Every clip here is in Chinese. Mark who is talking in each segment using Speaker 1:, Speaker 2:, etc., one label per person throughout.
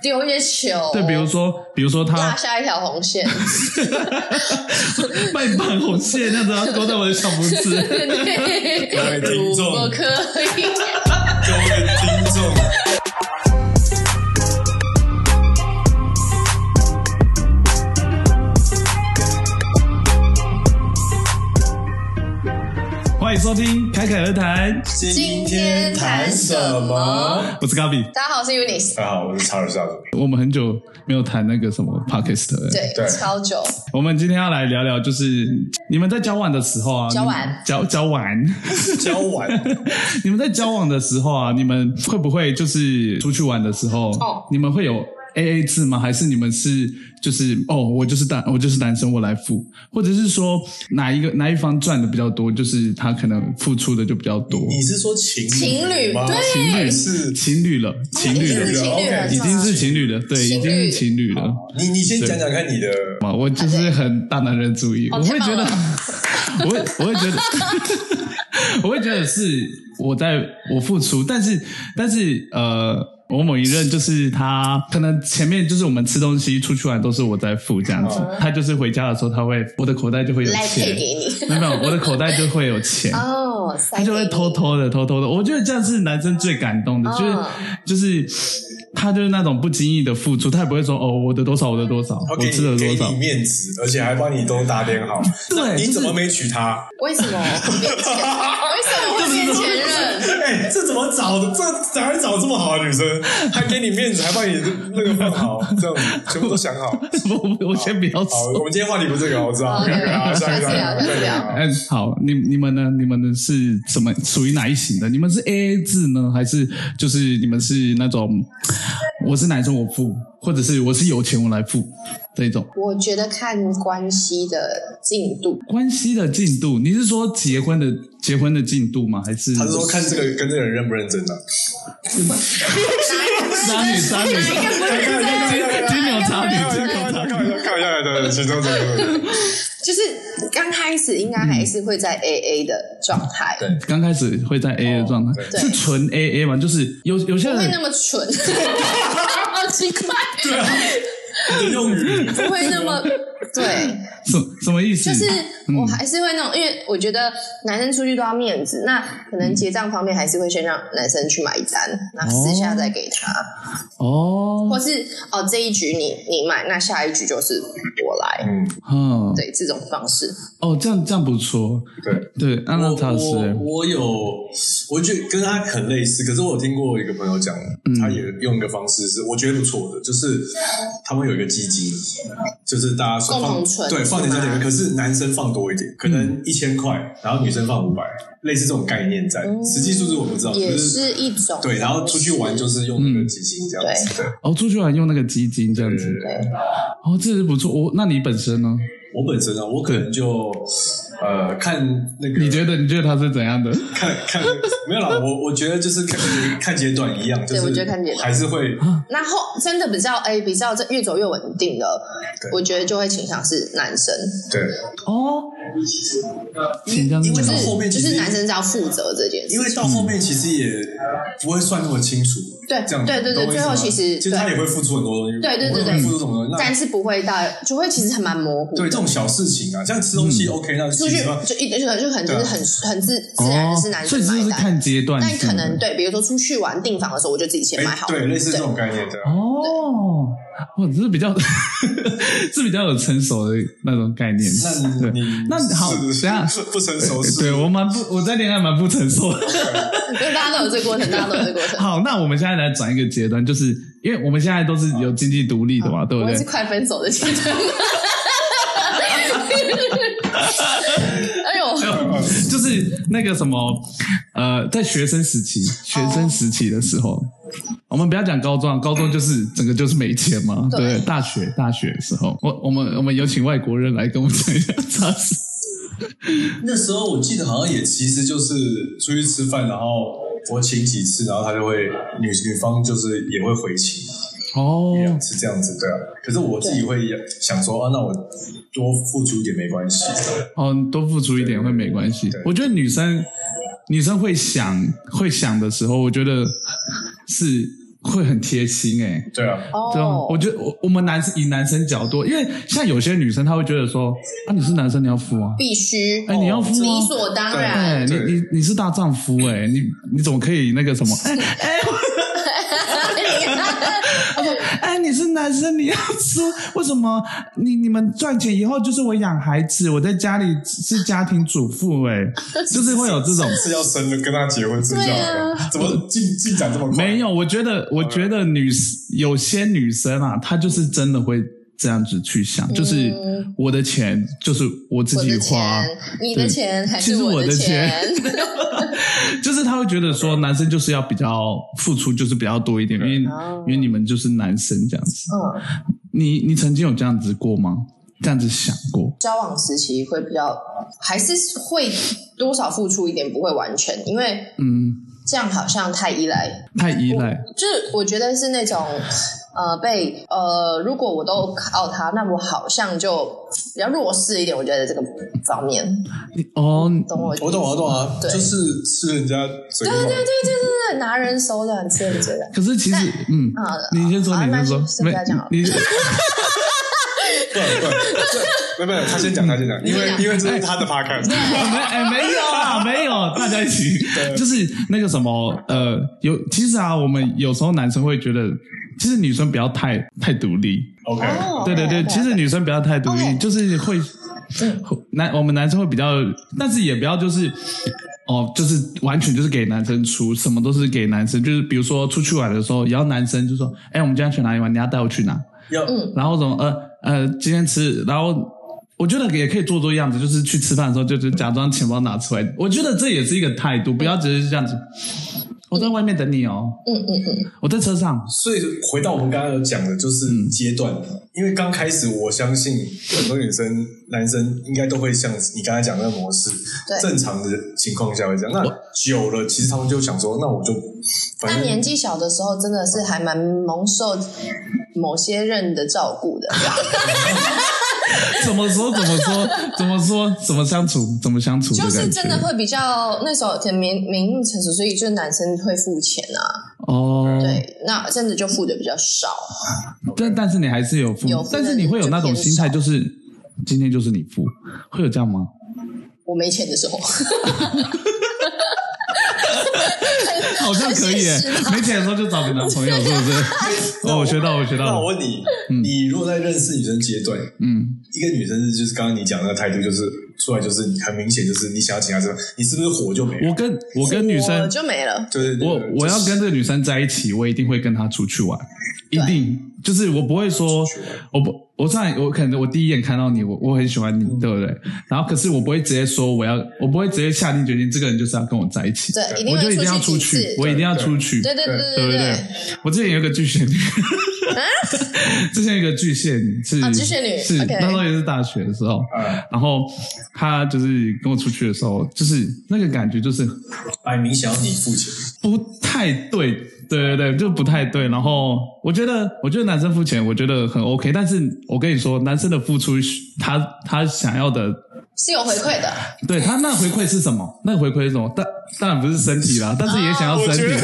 Speaker 1: 丢一些球，
Speaker 2: 对，比如说，啊比如说
Speaker 1: 落
Speaker 2: 他
Speaker 1: 下一条红线，
Speaker 2: 卖半红线，那都要勾到我的小拇指。
Speaker 1: 各
Speaker 3: 各位听众，
Speaker 1: 我可以。
Speaker 3: 各位听众，
Speaker 2: 欢迎收听凯凯而谈，
Speaker 1: 今天谈什么？
Speaker 2: 我是 Gabi。
Speaker 1: 大家好，我是 Unis，
Speaker 3: 大家好，我是查尔斯教授。
Speaker 2: 我们很久没有谈那个什么 podcast 了。
Speaker 1: 对，
Speaker 3: 对
Speaker 1: 超久，
Speaker 2: 我们今天要来聊聊，就是你们在交往的时候啊，
Speaker 1: 交往
Speaker 2: 你们交交 往，
Speaker 3: 交完，
Speaker 2: 你们在交往的时候啊，你们会不会就是出去玩的时候，
Speaker 1: 哦
Speaker 2: 你们会有 A A 制吗？还是你们是就是哦，我就是单我就是男生，我来付，或者是说哪一个哪一方赚的比较多，就是他可能付出的就比较多，
Speaker 3: 你是说情
Speaker 1: 情侣
Speaker 3: 侣吗？
Speaker 1: 对
Speaker 2: 情侣
Speaker 3: 是
Speaker 2: 情侣了，情侣
Speaker 1: 已经
Speaker 2: 了
Speaker 1: 是。情侣了，
Speaker 3: OK，
Speaker 2: 已经是
Speaker 1: 侣。
Speaker 2: 情侣了，对，
Speaker 1: 情
Speaker 2: 已
Speaker 1: 侣
Speaker 2: 经是情侣了。
Speaker 3: 你你先讲讲看你的，
Speaker 2: 嘛，啊我就是很大男人主义，
Speaker 1: 啊哦
Speaker 2: 我会
Speaker 1: 太棒
Speaker 2: 觉得
Speaker 1: 了，
Speaker 2: 我会我会觉得， 我会觉得是我在我付出，但是但是呃，我某一任就是他，可能前面就是我们吃东西、出去玩都是我在付这样子，
Speaker 1: 哦
Speaker 2: 他就是回家的时候他会我的口袋就会有
Speaker 1: 来配
Speaker 2: 钱，
Speaker 1: 给 你
Speaker 2: 没有没有，我的口袋就会有钱。
Speaker 1: 哦，
Speaker 2: 他就会偷偷的、偷偷的。我觉得这样是男生最感动的，
Speaker 1: 嗯
Speaker 2: 就是就是他就是那种不经意的付出，他也不会说哦我的多少我的多少，
Speaker 3: 他
Speaker 2: 我
Speaker 3: 给
Speaker 2: 吃了
Speaker 3: 你
Speaker 2: 多
Speaker 3: 给
Speaker 2: 少
Speaker 3: 你。面子，而且还帮你都打点好。
Speaker 2: 对，
Speaker 3: 你
Speaker 2: 就是
Speaker 3: 怎么没娶她？
Speaker 1: 为什么会变前？为什么会变前任？
Speaker 3: 哎，这怎么找的？这哪来找这么好的 女生？还给你面子，还帮你那个放好，这样子全部都 想好。
Speaker 2: 我我我先不要
Speaker 3: 好，
Speaker 2: 说。
Speaker 3: 我们今天话题不是这个，我知道。
Speaker 1: OK，
Speaker 3: 好下一个，
Speaker 1: 下次聊下次聊
Speaker 3: 好
Speaker 2: 哎，好，你你们呢？你们呢是怎么属于哪一型的？你们是 A A 制呢，还是就是你们是那种我是男生我付，或者是我是有钱我来付这种
Speaker 1: 我觉得看关系的进 度，
Speaker 2: 关系的进度？你是说结婚的结婚的进度吗？还是
Speaker 3: 他是说看这个跟这个人认不认真啊？
Speaker 2: 渣女渣女？
Speaker 1: 哪一个不认真
Speaker 2: 金牛渣女，
Speaker 3: 开
Speaker 2: 金
Speaker 3: 玩
Speaker 2: 牛
Speaker 3: 笑，
Speaker 2: 渣
Speaker 3: 开
Speaker 2: 女。
Speaker 3: 玩笑，开玩笑，对对，其中这
Speaker 1: 就是刚开始应该还是会在 A A 的状态，
Speaker 3: 对
Speaker 2: 刚开始会在 A A 的状态，
Speaker 3: 哦对
Speaker 2: 是纯 A A 吗？就是有有些
Speaker 1: 不会
Speaker 2: 人
Speaker 1: 那么 蠢，好奇怪，
Speaker 3: 个啊用语， 嗯
Speaker 1: 不会那么对，
Speaker 2: 什什么意思？
Speaker 1: 就是我还是会那种，因为我觉得男生出去都要面子，那可能结账方面还是会先让男生去买单，那私下再给他，
Speaker 2: 哦
Speaker 1: 或，是哦这一局你你买，那下一局就是我来，
Speaker 3: 嗯，
Speaker 2: 嗯，
Speaker 1: 对这种方式，
Speaker 2: 哦，这样这样不错，
Speaker 3: 对。
Speaker 2: 对， 啊安娜塔斯，
Speaker 3: 我我有，我觉得跟他很类似，可是我有听过一个朋友讲，他也用一个方式是我觉得不错的，就是他们有一个基金，就是大家说
Speaker 1: 共同
Speaker 3: 放
Speaker 1: 存
Speaker 3: 对放点
Speaker 1: 是
Speaker 3: 三
Speaker 1: 吗
Speaker 3: 点，可是男生放多一点，可能一千块，然后女生放五百，类似这种概念在，实际数字我不知道，
Speaker 1: 嗯也
Speaker 3: 可
Speaker 1: 是嗯一种
Speaker 3: 对，然后出去玩就是用那个基金这样子，对，
Speaker 2: 哦，出去玩用那个基金这样子，
Speaker 3: 对
Speaker 2: 哦，这是不错。我那你本身呢？
Speaker 3: 我本身啊，我可能就
Speaker 1: 嗯
Speaker 3: 呃看那个，
Speaker 2: 你觉得你觉得他是怎样的？
Speaker 3: 看看没有啦，我我觉得就是看看阶段一样，就
Speaker 1: 对
Speaker 3: 是
Speaker 1: 我觉得看阶段
Speaker 3: 还是会
Speaker 2: 啊
Speaker 1: 那后真的比较哎、比较这越走越稳定的
Speaker 3: 对，
Speaker 1: 我觉得就会倾向是男生，
Speaker 3: 对，
Speaker 2: 哦，请这样
Speaker 3: 因为
Speaker 2: 子
Speaker 3: 到后面
Speaker 1: 就
Speaker 3: 其实
Speaker 1: 是男，生只要负责这件事。
Speaker 3: 因为到后面其实也不会算那么清楚，
Speaker 1: 对
Speaker 3: 这样
Speaker 1: 对对对
Speaker 3: 懂我意思吗
Speaker 1: 最后其实
Speaker 3: 其实他也会付出很多东西，
Speaker 1: 对对对对
Speaker 3: 我也会付出什么东西，那
Speaker 1: 但是不会到，就会其实很蛮模糊。
Speaker 3: 对这种小事情啊，像吃东
Speaker 2: 嗯
Speaker 3: 西 OK，那
Speaker 1: 出去
Speaker 3: 其实
Speaker 1: 就一就就很就
Speaker 3: 对
Speaker 1: 是
Speaker 3: 啊
Speaker 1: 很很自自然
Speaker 2: 哦
Speaker 1: 的是，男
Speaker 2: 所
Speaker 1: 生
Speaker 2: 以这就
Speaker 1: 买单，
Speaker 2: 是看阶段
Speaker 1: 但
Speaker 2: 性
Speaker 1: 可
Speaker 2: 的，
Speaker 1: 能对，比如说出去玩订房的时候，我就自己先买
Speaker 3: 哎
Speaker 1: 好，
Speaker 3: 对，类似这种概念啊这样。
Speaker 2: 哦，哇，这是比较 是比较有成熟的那种概念。
Speaker 3: 那
Speaker 2: 嗯对
Speaker 3: 你
Speaker 2: 那好，等一
Speaker 3: 是
Speaker 2: 下。
Speaker 3: 是 不成熟是，
Speaker 2: 对我蛮不，我在恋爱蛮不成熟的。
Speaker 1: 因为大家都有这个过程，大家都有这个过 程。
Speaker 2: 好，那我们现在来转一个阶段，就是因为我们现在都是有经济独立的啊嘛，对不
Speaker 1: 我
Speaker 2: 对
Speaker 1: 也是？快分手的阶 段。哎呦，
Speaker 2: 就是那个什么，呃，在学生时期，学生时期的时候，我们不要讲高中啊，高中就是整个就是没钱嘛，
Speaker 1: 对
Speaker 2: 对不对，大学大学的时候，我我们我们有请外国人来跟我们讲一下他是
Speaker 3: 那时候我记得好像也其实就是出去吃饭，然后我请几次，然后他就会女女方就是也会回请，
Speaker 2: 哦，
Speaker 1: 嗯
Speaker 3: 是这样子对啊。可是我自己会想说啊，那我多付出一点没关系，
Speaker 2: 哦，多付出一点会没关系
Speaker 3: 对。
Speaker 2: 我觉得女生女生会想会想的时候，我觉得是会很贴心哎、
Speaker 3: 对啊，
Speaker 2: 对啊，
Speaker 1: 哦
Speaker 2: 我，觉得我我们男生以男生角度，因为像有些女生她会觉得说啊，你是男生你要付啊，
Speaker 1: 必须，哦
Speaker 2: 哎、你要付
Speaker 1: 理
Speaker 2: 啊，
Speaker 1: 所当然。
Speaker 2: 哎、
Speaker 3: 对
Speaker 2: 你你你是大丈夫哎、你你怎么可以那个什么？ 哎、哎，你是男生，你要说为什么你你们赚钱以后就是我养孩子，我在家里是家庭主妇、哎，就是会有这种。
Speaker 3: 是要生了跟他结婚生小
Speaker 1: 对
Speaker 3: 孩
Speaker 1: 啊，
Speaker 3: 怎么进进展这么快？
Speaker 2: 没有，我觉得，我觉得女有些女生啊，她就是真的会这样子去想，就是
Speaker 1: 嗯
Speaker 2: 我的钱就是我自
Speaker 1: 我
Speaker 2: 己
Speaker 1: 的
Speaker 2: 花，
Speaker 1: 钱，你的
Speaker 2: 对
Speaker 1: 钱还
Speaker 2: 其
Speaker 1: 是
Speaker 2: 实我
Speaker 1: 的
Speaker 2: 的钱 就是她会觉得说男生就是要比较付出，就是比较多一点，因为
Speaker 1: 哦
Speaker 2: 因为你们就是男生这样子。
Speaker 1: 嗯，
Speaker 2: 你你曾经有这样子过吗？这样子想过？
Speaker 1: 交往时期会比较，还是会多少付出一点，不会完全，因为
Speaker 2: 嗯，
Speaker 1: 这样好像太依赖。
Speaker 2: 太依赖。
Speaker 1: 就是我觉得是那种，呃，被呃，如果我都靠他，那我好像就比较弱势一点。我觉得这个方面，
Speaker 2: 你哦，
Speaker 1: 懂我？
Speaker 3: 我懂啊，我懂啊，
Speaker 1: 对
Speaker 3: 就是吃人家嘴
Speaker 1: 对
Speaker 3: 软
Speaker 1: 对对对对对，拿人手软，吃人嘴软。
Speaker 2: 可是其实，嗯，
Speaker 1: 啊
Speaker 2: 你先说，
Speaker 1: 啊
Speaker 2: 你
Speaker 1: 那
Speaker 2: 先说，
Speaker 1: 先不要讲了
Speaker 2: 你
Speaker 3: 不不，这没有没有，他先讲，他先讲，因为因为这是他的 podcast，
Speaker 2: 没哎没有 啊，没有，大家一起，就是那个什么呃，有其实啊，我们有时候男生会觉得，其实女生不要太太独立，
Speaker 3: OK，
Speaker 1: 哦，
Speaker 2: 对对对，哦嗯其实女生不要太独立，
Speaker 1: OK
Speaker 2: 就是会男我们男生会比较，但是也不要就是哦，就是完全就是给男生出，什么都是给男生，就是比如说出去玩的时候，也要男生就说，哎，我们今天去哪里玩？你要带我去哪？
Speaker 3: 要
Speaker 2: 然后什么呃呃，今天吃，然后我觉得也可以做做样子，就是去吃饭的时候，就是假装钱包拿出来。我觉得这也是一个态度，不要只是这样子。我在外面等你哦，
Speaker 1: 嗯嗯嗯，
Speaker 2: 我在车上。
Speaker 3: 所以回到我们刚刚有讲的，
Speaker 2: 嗯
Speaker 3: 就是阶段，因为刚开始我相信很多女生、男生应该都会像你刚才讲的那个模式，
Speaker 1: 对
Speaker 3: 正常的情况下会这样。那久了，其实他们就想说，那我就
Speaker 1: 那
Speaker 3: 反正
Speaker 1: 年纪小的时候真的是还蛮蒙受某些人的照顾的，
Speaker 2: 怎么说？怎 么说？怎么说？怎么相处？怎么相处？
Speaker 1: 就是真的
Speaker 2: 感觉
Speaker 1: 会比较那时候可能没没那么成熟，所以就是男生会付钱啊，
Speaker 2: 哦。，
Speaker 1: 对，那真的就付的比较少，
Speaker 2: 但但是你还是有付，
Speaker 1: 有付
Speaker 2: 但是你会有那种心态，
Speaker 1: 就
Speaker 2: 就是今天就是你付，会有这样吗？
Speaker 1: 我没钱的时候，
Speaker 2: 好像可以耶
Speaker 1: 很现实，啊
Speaker 2: 没钱的时候就找个男朋友，是 不是？哦，我学到了，我学
Speaker 3: 那
Speaker 2: 到
Speaker 3: 我
Speaker 2: 了。
Speaker 3: 问你，你如果在认识女生阶段，
Speaker 2: 嗯，
Speaker 3: 一个女生是就是刚刚你讲的那个态度，就是出来就是很明显就是你想要请她吃饭，你是不是火就没了？
Speaker 2: 我跟我跟女生
Speaker 1: 我就没了，
Speaker 3: 对对对，
Speaker 2: 我
Speaker 3: 对
Speaker 2: 我要跟这个女生在一起，我一定会跟她出去玩，一定就是我不会说
Speaker 3: 出去玩，
Speaker 2: 我不我上来我可能我第一眼看到你，我我很喜欢你，
Speaker 1: 嗯
Speaker 2: 对不对？然后可是我不会直接说我要，我不会直接下定决心，这个人就是要跟我在一起，
Speaker 1: 对，一定
Speaker 2: 我就
Speaker 1: 会
Speaker 2: 一定要
Speaker 1: 出
Speaker 2: 出
Speaker 1: 去
Speaker 2: 去
Speaker 1: 几，次。
Speaker 2: 我一定要出去，
Speaker 1: 对对对
Speaker 2: 对不
Speaker 1: 对
Speaker 2: 对？我之前有一个巨蟹女， 之前有一个巨蟹女是
Speaker 1: 啊巨蟹女
Speaker 2: 是
Speaker 1: OK
Speaker 2: 那时候也是大学的时候，
Speaker 3: 嗯
Speaker 2: 然后她就是跟我出去的时候，就是那个感觉就是
Speaker 3: 摆明想要哎你付钱，
Speaker 2: 不太对，对对对，就不太对。然后我觉得，我觉得男生付钱，我觉得很 OK。但是我跟你说，男生的付出，他他想要的，
Speaker 1: 是有回馈的，
Speaker 2: 对他那回馈是什么？那回馈是什么？当当然不是身体啦，但是也想要身体。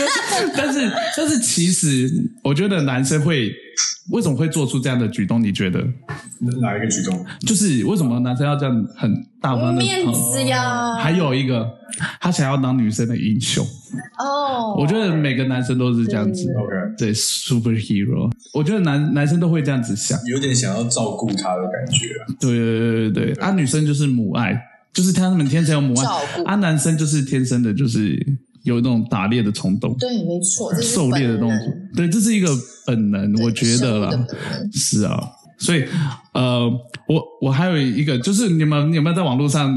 Speaker 2: 但是但是但是，其实我觉得男生会为什么会做出这样的举动？你觉得？
Speaker 3: 哪一个举动？
Speaker 2: 就是为什么男生要这样很大方的？
Speaker 1: 面
Speaker 2: 嗯
Speaker 1: 子啊呀，
Speaker 2: 还有一个，他想要当女生的英雄。
Speaker 1: 哦，
Speaker 2: 我觉得每个男生都是这样子。
Speaker 3: OK，
Speaker 2: 对 superhero，我觉得男男生都会这样子想，
Speaker 3: 有点想要照顾她的感觉啊。
Speaker 2: 对对对对对，啊，女生就是母爱，就是他们天生有母爱
Speaker 1: 照顾，
Speaker 2: 啊，男生就是天生的就是有那种打猎的冲动，
Speaker 1: 对，没错，这是
Speaker 2: 狩猎的
Speaker 1: 本
Speaker 2: 动
Speaker 1: 能
Speaker 2: 作，对，这是一个本能，我觉得
Speaker 1: 生物的
Speaker 2: 啦，
Speaker 1: 本能
Speaker 2: 是啊，所以呃，我我还有一个就是你们你有没有在网络上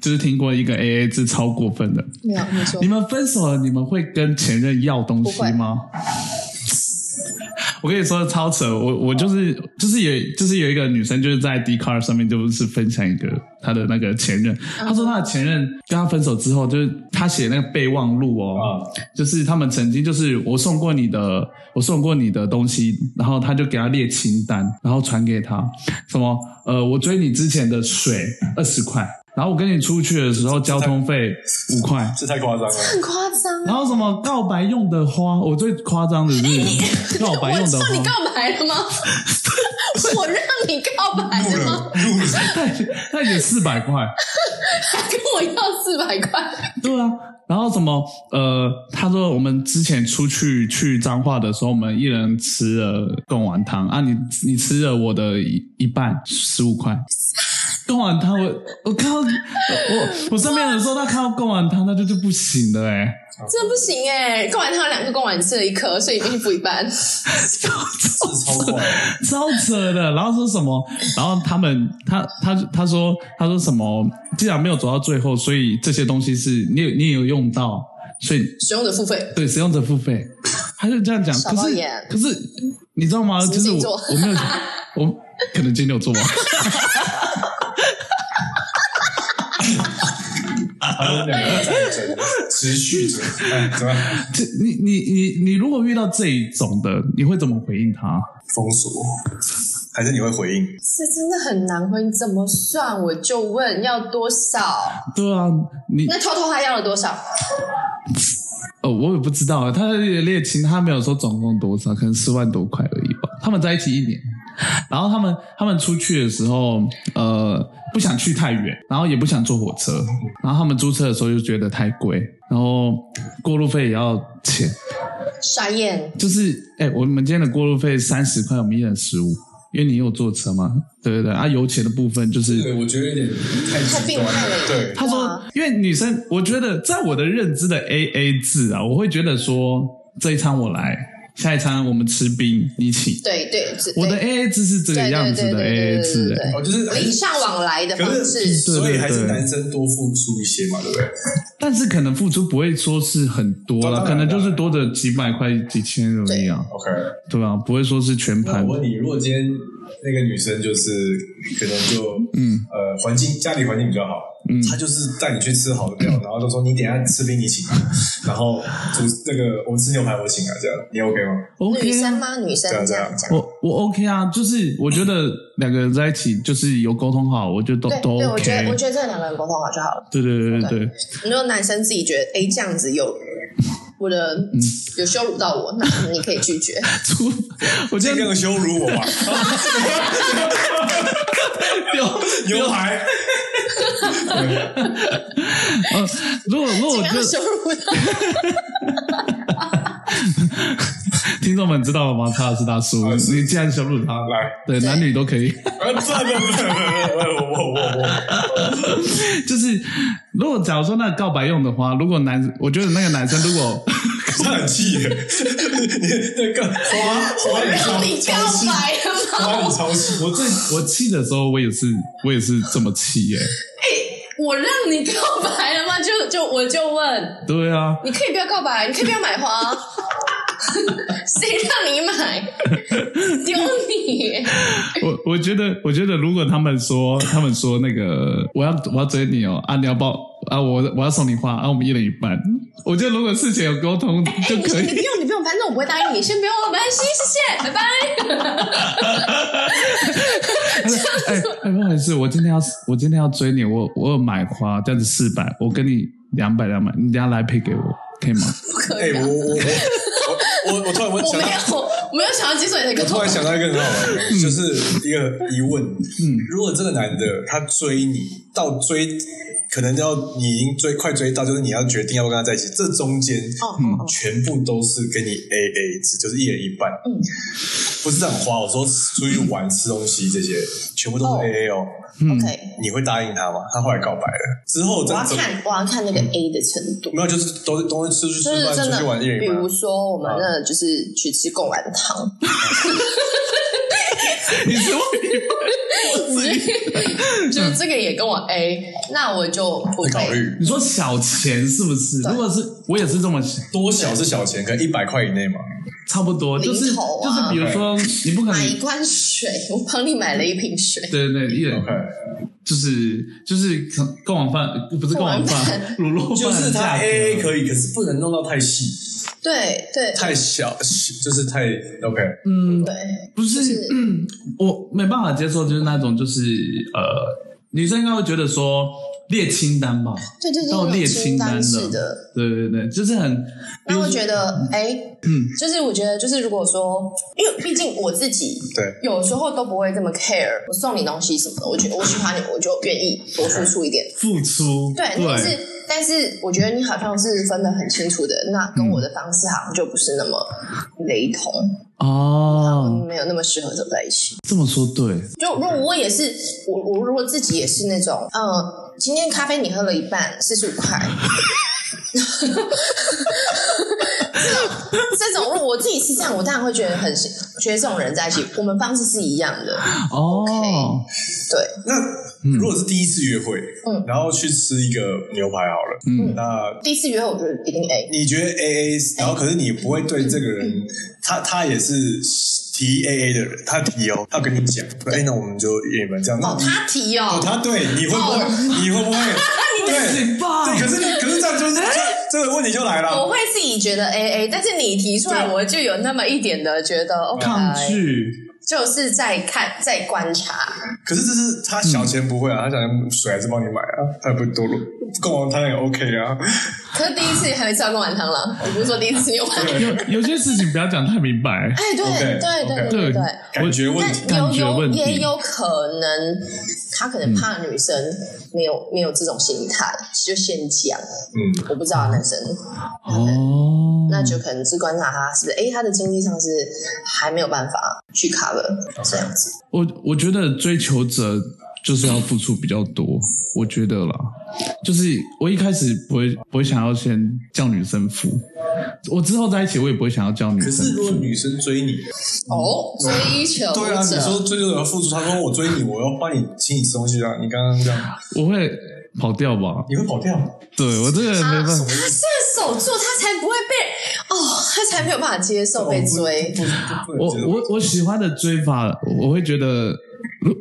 Speaker 2: 就是听过一个 A A 制超过分的？
Speaker 1: 没有，没错
Speaker 2: 你，们分手了，你们会跟前任要东西吗？ 我跟你说超扯，我我就是就是有就是有一个女生就是在 d c a r 上面就是分享一个她的那个前任，她说她的前任跟她分手之后，就是她写那个备忘录
Speaker 3: 啊
Speaker 2: 哦，就是他们曾经就是我送过你的我送过你的东西，然后她就给她列清单，然后传给她什么呃我追你之前的水二十块。然后我跟你出去的时候，交通费五块。
Speaker 3: 这太夸张了。
Speaker 1: 很夸张
Speaker 2: 然
Speaker 1: 啊！
Speaker 2: 后什么告白用的花，我最夸张的是告白
Speaker 1: 我
Speaker 2: 用
Speaker 1: 哎
Speaker 2: 的
Speaker 1: 让你
Speaker 2: 花，
Speaker 1: 告白了 吗？我让你告白
Speaker 3: 路
Speaker 1: 了
Speaker 3: 人
Speaker 1: 吗？
Speaker 3: 路人，
Speaker 2: 那也四百块，
Speaker 1: 还跟我要四百块？
Speaker 2: 对啊。然后什么呃，他说我们之前出去去彰化的时候，我们一人吃了贡丸汤啊，你你吃了我的一一半，十五块。贡丸汤，我我看到我我身边的时候，他看到贡丸汤，他就就不行了哎、欸。
Speaker 1: 这不行哎、欸！贡丸汤两个贡丸吃了一颗，所以必须付一 半。
Speaker 3: 这超快的，
Speaker 2: 超扯的。然后说什么？然后他们他他他说他说什么？既然没有走到最后，所以这些东西是你有你有用到，所以
Speaker 1: 使用者付费，
Speaker 2: 对使用者付费。他就这样讲，
Speaker 1: 傻
Speaker 2: 可
Speaker 1: 包
Speaker 2: 是
Speaker 1: 眼
Speaker 2: 可是你知道吗？
Speaker 1: 什么
Speaker 2: 就是
Speaker 1: 星
Speaker 2: 我
Speaker 1: 座
Speaker 2: 我没有我可能金牛座吧。
Speaker 3: 他们两个在争，持续着，哎怎么样
Speaker 2: 这你你你你如果遇到这一种的，你会怎么回应他？
Speaker 3: 封锁？还是你会回应？
Speaker 1: 这真的很难回。你怎么算？我就问要多少？
Speaker 2: 对啊，你
Speaker 1: 那偷偷还要了多少？
Speaker 2: 哦，我也不知道，他的恋情他没有说总共多少，可能四万多块而已吧。他们在一起一年，然后他们他们出去的时候，呃，不想去太远，然后也不想坐火车，然后他们租车的时候又觉得太贵，然后过路费也要钱，
Speaker 1: 傻眼！
Speaker 2: 就是哎、我们今天的过路费三十块，我们一人十五，因为你有坐车嘛，对不对？啊，油钱的部分就是
Speaker 3: 对，我觉得有点太
Speaker 1: 太
Speaker 3: 极
Speaker 1: 病
Speaker 3: 端
Speaker 1: 态了
Speaker 3: 对，
Speaker 2: 他说
Speaker 1: 哇，
Speaker 2: 因为女生，我觉得在我的认知的 A A 制啊，我会觉得说这一餐我来，下一餐我们吃冰一起。
Speaker 1: 对对，对
Speaker 2: 我的 A A 制是这个
Speaker 1: 对
Speaker 2: 样
Speaker 1: 对
Speaker 2: 子
Speaker 1: 对对
Speaker 2: 的
Speaker 1: 对
Speaker 2: A A
Speaker 1: 对
Speaker 2: 制、
Speaker 1: 对
Speaker 2: 欸，
Speaker 3: 哦，就是
Speaker 1: 对，礼尚往来的方
Speaker 3: 可是，
Speaker 1: 式。
Speaker 3: 所以还是
Speaker 2: 对对对
Speaker 3: 男生多付出一些嘛，对不对？
Speaker 2: 但是可能付出不会说是很多了，
Speaker 3: 当然
Speaker 2: 可能就是多的几百块、几千而已啊，
Speaker 3: OK，
Speaker 2: 对啊，不会说是全
Speaker 3: 那
Speaker 2: 盘
Speaker 3: 我。问你，如果今天那个女生就是可能就嗯呃环境家里环境比较好，嗯，她就是带你去吃好的料，然后就说你等一下吃冰你请来，然后煮那个我们吃牛排我请来，这样你 OK 吗？
Speaker 1: 女
Speaker 2: OK
Speaker 1: 生
Speaker 2: 啊，
Speaker 1: 吗？女生
Speaker 3: 这样
Speaker 1: 这
Speaker 3: 这
Speaker 1: 样
Speaker 3: 样
Speaker 1: 讲。
Speaker 2: 我我 OK 啊，就是我觉得两个人在一起就是有沟通好，我就都
Speaker 1: 对
Speaker 2: 哦都
Speaker 1: 对，我
Speaker 2: OK
Speaker 1: 觉。得我觉得这两个人沟通好就好了。
Speaker 2: 对对对对对，
Speaker 1: 如果男生自己觉得，哎，这样子有我的
Speaker 2: 嗯
Speaker 1: 有羞辱到我，那你可以拒 绝。
Speaker 2: 出，我觉
Speaker 3: 尽
Speaker 2: 得
Speaker 3: 量羞辱我吧，啊
Speaker 2: 丢
Speaker 3: 牛排。
Speaker 2: 呃，如果如果
Speaker 1: 不
Speaker 2: 我
Speaker 1: 要
Speaker 2: 就
Speaker 1: 羞辱到
Speaker 2: 听众们知道吗？他是大叔，
Speaker 3: 啊是
Speaker 2: 你既然羞辱他，
Speaker 3: 来，
Speaker 2: 对男女都可以。
Speaker 3: 呃，不不不不不，呃我我我
Speaker 2: 就是如果假如说那个告白用的话，如果男，我觉得那个男生如 果
Speaker 3: 他很气耶，你那个花花语
Speaker 1: 让
Speaker 3: 超
Speaker 1: 你告
Speaker 3: 超气，
Speaker 1: 白了吗？
Speaker 3: 花语超气，我最
Speaker 2: 我气的时候，我也是我也是这么气耶、
Speaker 1: 我让你告白了吗？就就我就问，
Speaker 2: 对啊，
Speaker 1: 你可以不要告白，你可以不要买花，啊 谁让你买？丢你！哎
Speaker 2: 我我觉得我觉得如果他们说他们说那个我要我要追你哦啊你要抱啊我我要送你花啊我们一人一半，我觉得如果事前有沟通就
Speaker 1: 你
Speaker 2: 可
Speaker 1: 先你不
Speaker 2: 以。
Speaker 1: 用，你不用，反正我不会答应你，先不用了，没关系，谢谢，拜拜。
Speaker 2: 哎、哎，不好意思，我今天要我今天要追你，我我有买花，这样子四百，我跟你两百两百，你等一下来配给我，可以 吗？
Speaker 1: 不可
Speaker 3: 哎
Speaker 1: 以、啊，
Speaker 3: 我我我我我我突然我
Speaker 1: 我
Speaker 3: 想
Speaker 1: 没
Speaker 3: 到。
Speaker 1: 有，我没有想要接受你的
Speaker 3: 我
Speaker 1: 告
Speaker 3: 突
Speaker 1: 白
Speaker 3: 然。想到一个很好玩的，就是一个疑问：如果这个男的他追你到追，可能要你已经追快追到，就是你要决定要不要跟他在一起，这中间
Speaker 1: 哦哦哦，
Speaker 3: 全部都是跟你 A A 制，就是一人一半，
Speaker 1: 嗯
Speaker 3: 不是这样花。我说出去玩、吃东西这些，全部都是 A A 哦。
Speaker 1: ，OK，
Speaker 3: 你会答应他吗？他后来告白了之后，
Speaker 1: 我
Speaker 3: 这
Speaker 1: 要
Speaker 3: 样怎么
Speaker 1: 看，我要看那个 A 的程度。
Speaker 3: 没有，就是都是都是出去
Speaker 1: 就
Speaker 3: 吃
Speaker 1: 是
Speaker 3: 饭、
Speaker 1: 真
Speaker 3: 出去
Speaker 1: 的
Speaker 3: 玩一，人
Speaker 1: 比
Speaker 3: 一半
Speaker 1: 如。说我们那就是去吃贡丸汤，
Speaker 2: 你是我
Speaker 1: 哎就是这个也跟我 A，那我就不
Speaker 3: 会考
Speaker 1: A。
Speaker 3: 虑
Speaker 2: 你说小钱是不是？
Speaker 1: 对
Speaker 2: 如果是我也是这么想，
Speaker 3: 多小是小钱，可能一百块以内嘛。
Speaker 2: 差不多就是、
Speaker 1: 零头
Speaker 2: 就
Speaker 1: 啊
Speaker 2: 是比如说你不可
Speaker 1: 买
Speaker 2: 能
Speaker 1: 一罐水，我帮你买了一瓶水。
Speaker 2: 对对对，一人
Speaker 3: OK，
Speaker 2: 就是就是跟晚饭不是跟晚饭卤肉饭
Speaker 3: 就是他 A A
Speaker 2: 以
Speaker 3: 可以，可是不能弄到太细、
Speaker 1: 对对
Speaker 3: 太小，就是太 OK。
Speaker 2: 嗯
Speaker 1: 对，
Speaker 2: 不是、
Speaker 1: 就是
Speaker 2: 嗯我没办法接受就是那种就是呃女生应该会觉得说列清单吧，
Speaker 1: 对对对，
Speaker 2: 到列
Speaker 1: 那种清
Speaker 2: 单
Speaker 1: 单
Speaker 2: 的，
Speaker 1: 式的。
Speaker 2: 对对对，就是嗯很，
Speaker 1: 那我觉得，哎、就是我觉得，就是如果说，因为毕竟我自己
Speaker 3: 对
Speaker 1: 有时候都不会这么 care，我送你东西什么的，我觉得我喜欢你，我就愿意多付出一点。
Speaker 2: 付出，
Speaker 1: 对，但是但是我觉得你好像是分得很清楚的，那跟我的方式好像就不是那么雷同，
Speaker 2: 哦，
Speaker 1: 没有那么适合走在一起。
Speaker 2: 这么说对，
Speaker 1: 就如果我也是我我如果自己也是那种，嗯、今天咖啡你喝了一半，四十五块。 这种，这种如果我自己是这样，我当然会觉得很是，觉得这种人在一起，我们方式是一样的，
Speaker 2: 哦
Speaker 1: OK 对，
Speaker 2: 嗯
Speaker 3: 那如果是第一次约会，
Speaker 1: 嗯
Speaker 3: 然后去吃一个牛排好了，嗯，那
Speaker 1: 第一次约会我觉得一定 A，
Speaker 3: 你觉得 A A，然后可是你不会对这个人，他他也是提 A A 的人，他提哦，他跟你讲，哎，那我们就也们这样，那
Speaker 1: 哦，
Speaker 3: 你
Speaker 1: 他哦提
Speaker 3: 哦
Speaker 1: 哦，
Speaker 3: 他对你会不会，你会 不会？对
Speaker 2: 很棒
Speaker 3: 对，可是你可是这样就是这这个问题就来了，
Speaker 1: 我会自己觉得 A A，但是你提出来，
Speaker 3: 对
Speaker 1: 我就有那么一点的觉得 OK，
Speaker 2: 抗拒，
Speaker 1: 就是在看，在观察，
Speaker 3: 可是这是他小钱不会啊，他小钱水还是帮你买啊，他也不多了，跟我他也 OK 啊。
Speaker 1: 可是第一次还没吃到过碗汤了，你不是说第一次有碗？
Speaker 2: 有有些事情不要讲太明白，
Speaker 1: 哎，对
Speaker 3: OK，
Speaker 1: 对
Speaker 3: OK
Speaker 1: 对 对对。
Speaker 3: 感觉问题，
Speaker 2: 感
Speaker 1: 但
Speaker 2: 觉
Speaker 1: 有有
Speaker 2: 问题
Speaker 1: 也有可能，他可能怕女生没有没有这种心态，就先讲。
Speaker 3: 嗯，
Speaker 1: 我不知道男生，
Speaker 2: 哦，
Speaker 1: 那就可能是观察他是不是，哎，他的经济上是还没有办法去 cover 这样子。
Speaker 2: 我我觉得追求者就是要付出比较多，我觉得啦，就是我一开始不会不会想要先叫女生付，我之后在一起我也不会想要叫女
Speaker 3: 可
Speaker 2: 生
Speaker 3: 是如果
Speaker 2: 付，
Speaker 3: 女生追你，
Speaker 1: 哦，追求
Speaker 3: 对啊，你说
Speaker 1: 者，
Speaker 3: 追求者要付出，他说我追你，我要帮你请你吃东西啊，你刚刚这样，
Speaker 2: 我会跑掉吧？
Speaker 3: 你会跑掉，
Speaker 2: 对我这个人没办法，
Speaker 1: 他射手座，他才不会被哦，他才没有办法接受被追。
Speaker 3: 不不不
Speaker 2: 我
Speaker 3: 能接受
Speaker 2: 我我喜欢的追法，我会觉得如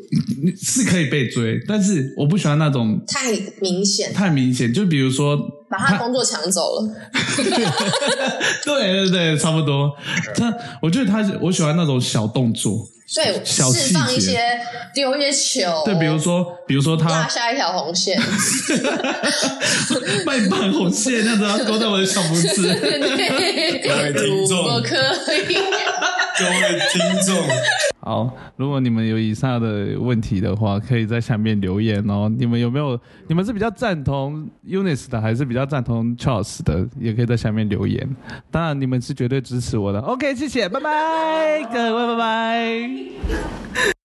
Speaker 2: 你是可以被追，但是我不喜欢那种
Speaker 1: 太明显，
Speaker 2: 太明显，就比如说
Speaker 1: 把他的工作抢走了。
Speaker 2: 对对对，差不多。他，我觉得他，我喜欢那种小动作，
Speaker 1: 对，
Speaker 2: 小细
Speaker 1: 释放一
Speaker 2: 节
Speaker 1: 些丢一些球，
Speaker 2: 对，比如说，比如说
Speaker 1: 落
Speaker 2: 他
Speaker 1: 下一条红线，
Speaker 2: 卖半红线那样子，他勾在我的小拇指。
Speaker 3: 位听众
Speaker 1: 如果可以，
Speaker 3: 各位听众，
Speaker 2: 好，如果你们有以上的问题的话，可以在下面留言哦。你们有没有？你们是比较赞同 Unis 的，还是比较赞同 Charles 的？也可以在下面留言。当然，你们是绝对支持我的。OK，谢谢，拜拜，各位，拜拜。